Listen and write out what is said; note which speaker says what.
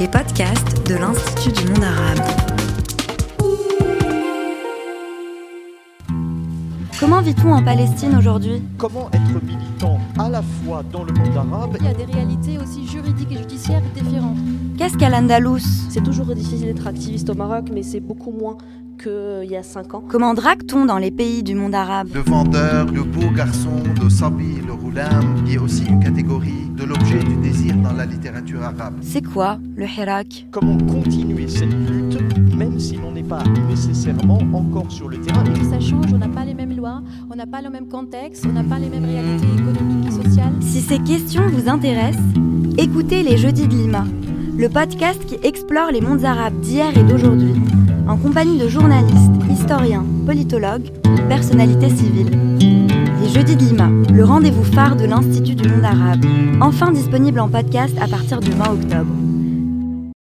Speaker 1: les podcasts de l'Institut du monde arabe.
Speaker 2: Comment vit-on en Palestine aujourd'hui
Speaker 3: Comment être militant à la fois dans le monde arabe
Speaker 4: Il y a des réalités aussi juridiques et judiciaires différentes.
Speaker 2: Qu'est-ce qu'à l'Andalous
Speaker 5: C'est toujours difficile d'être activiste au Maroc, mais c'est beaucoup moins qu'il y a 5 ans.
Speaker 2: Comment drague-t-on dans les pays du monde arabe
Speaker 6: Le vendeur, le beau garçon, le sabi, le roulam, qui est aussi une catégorie de l'objet du désir dans la littérature arabe.
Speaker 2: C'est quoi le hirak
Speaker 3: Comment continuer cette lutte, même si l'on n'est pas nécessairement encore sur le terrain
Speaker 4: Ça change, on n'a pas les mêmes lois, on n'a pas le même contexte, on n'a pas les mêmes réalités économiques et sociales.
Speaker 2: Si ces questions vous intéressent, écoutez les Jeudis de Lima, le podcast qui explore les mondes arabes d'hier et d'aujourd'hui, en compagnie de journalistes, historiens, politologues, personnalités civiles. Les Jeudis de Lima, le rendez-vous phare de l'Institut du monde arabe, enfin disponible en podcast à partir du 20 octobre.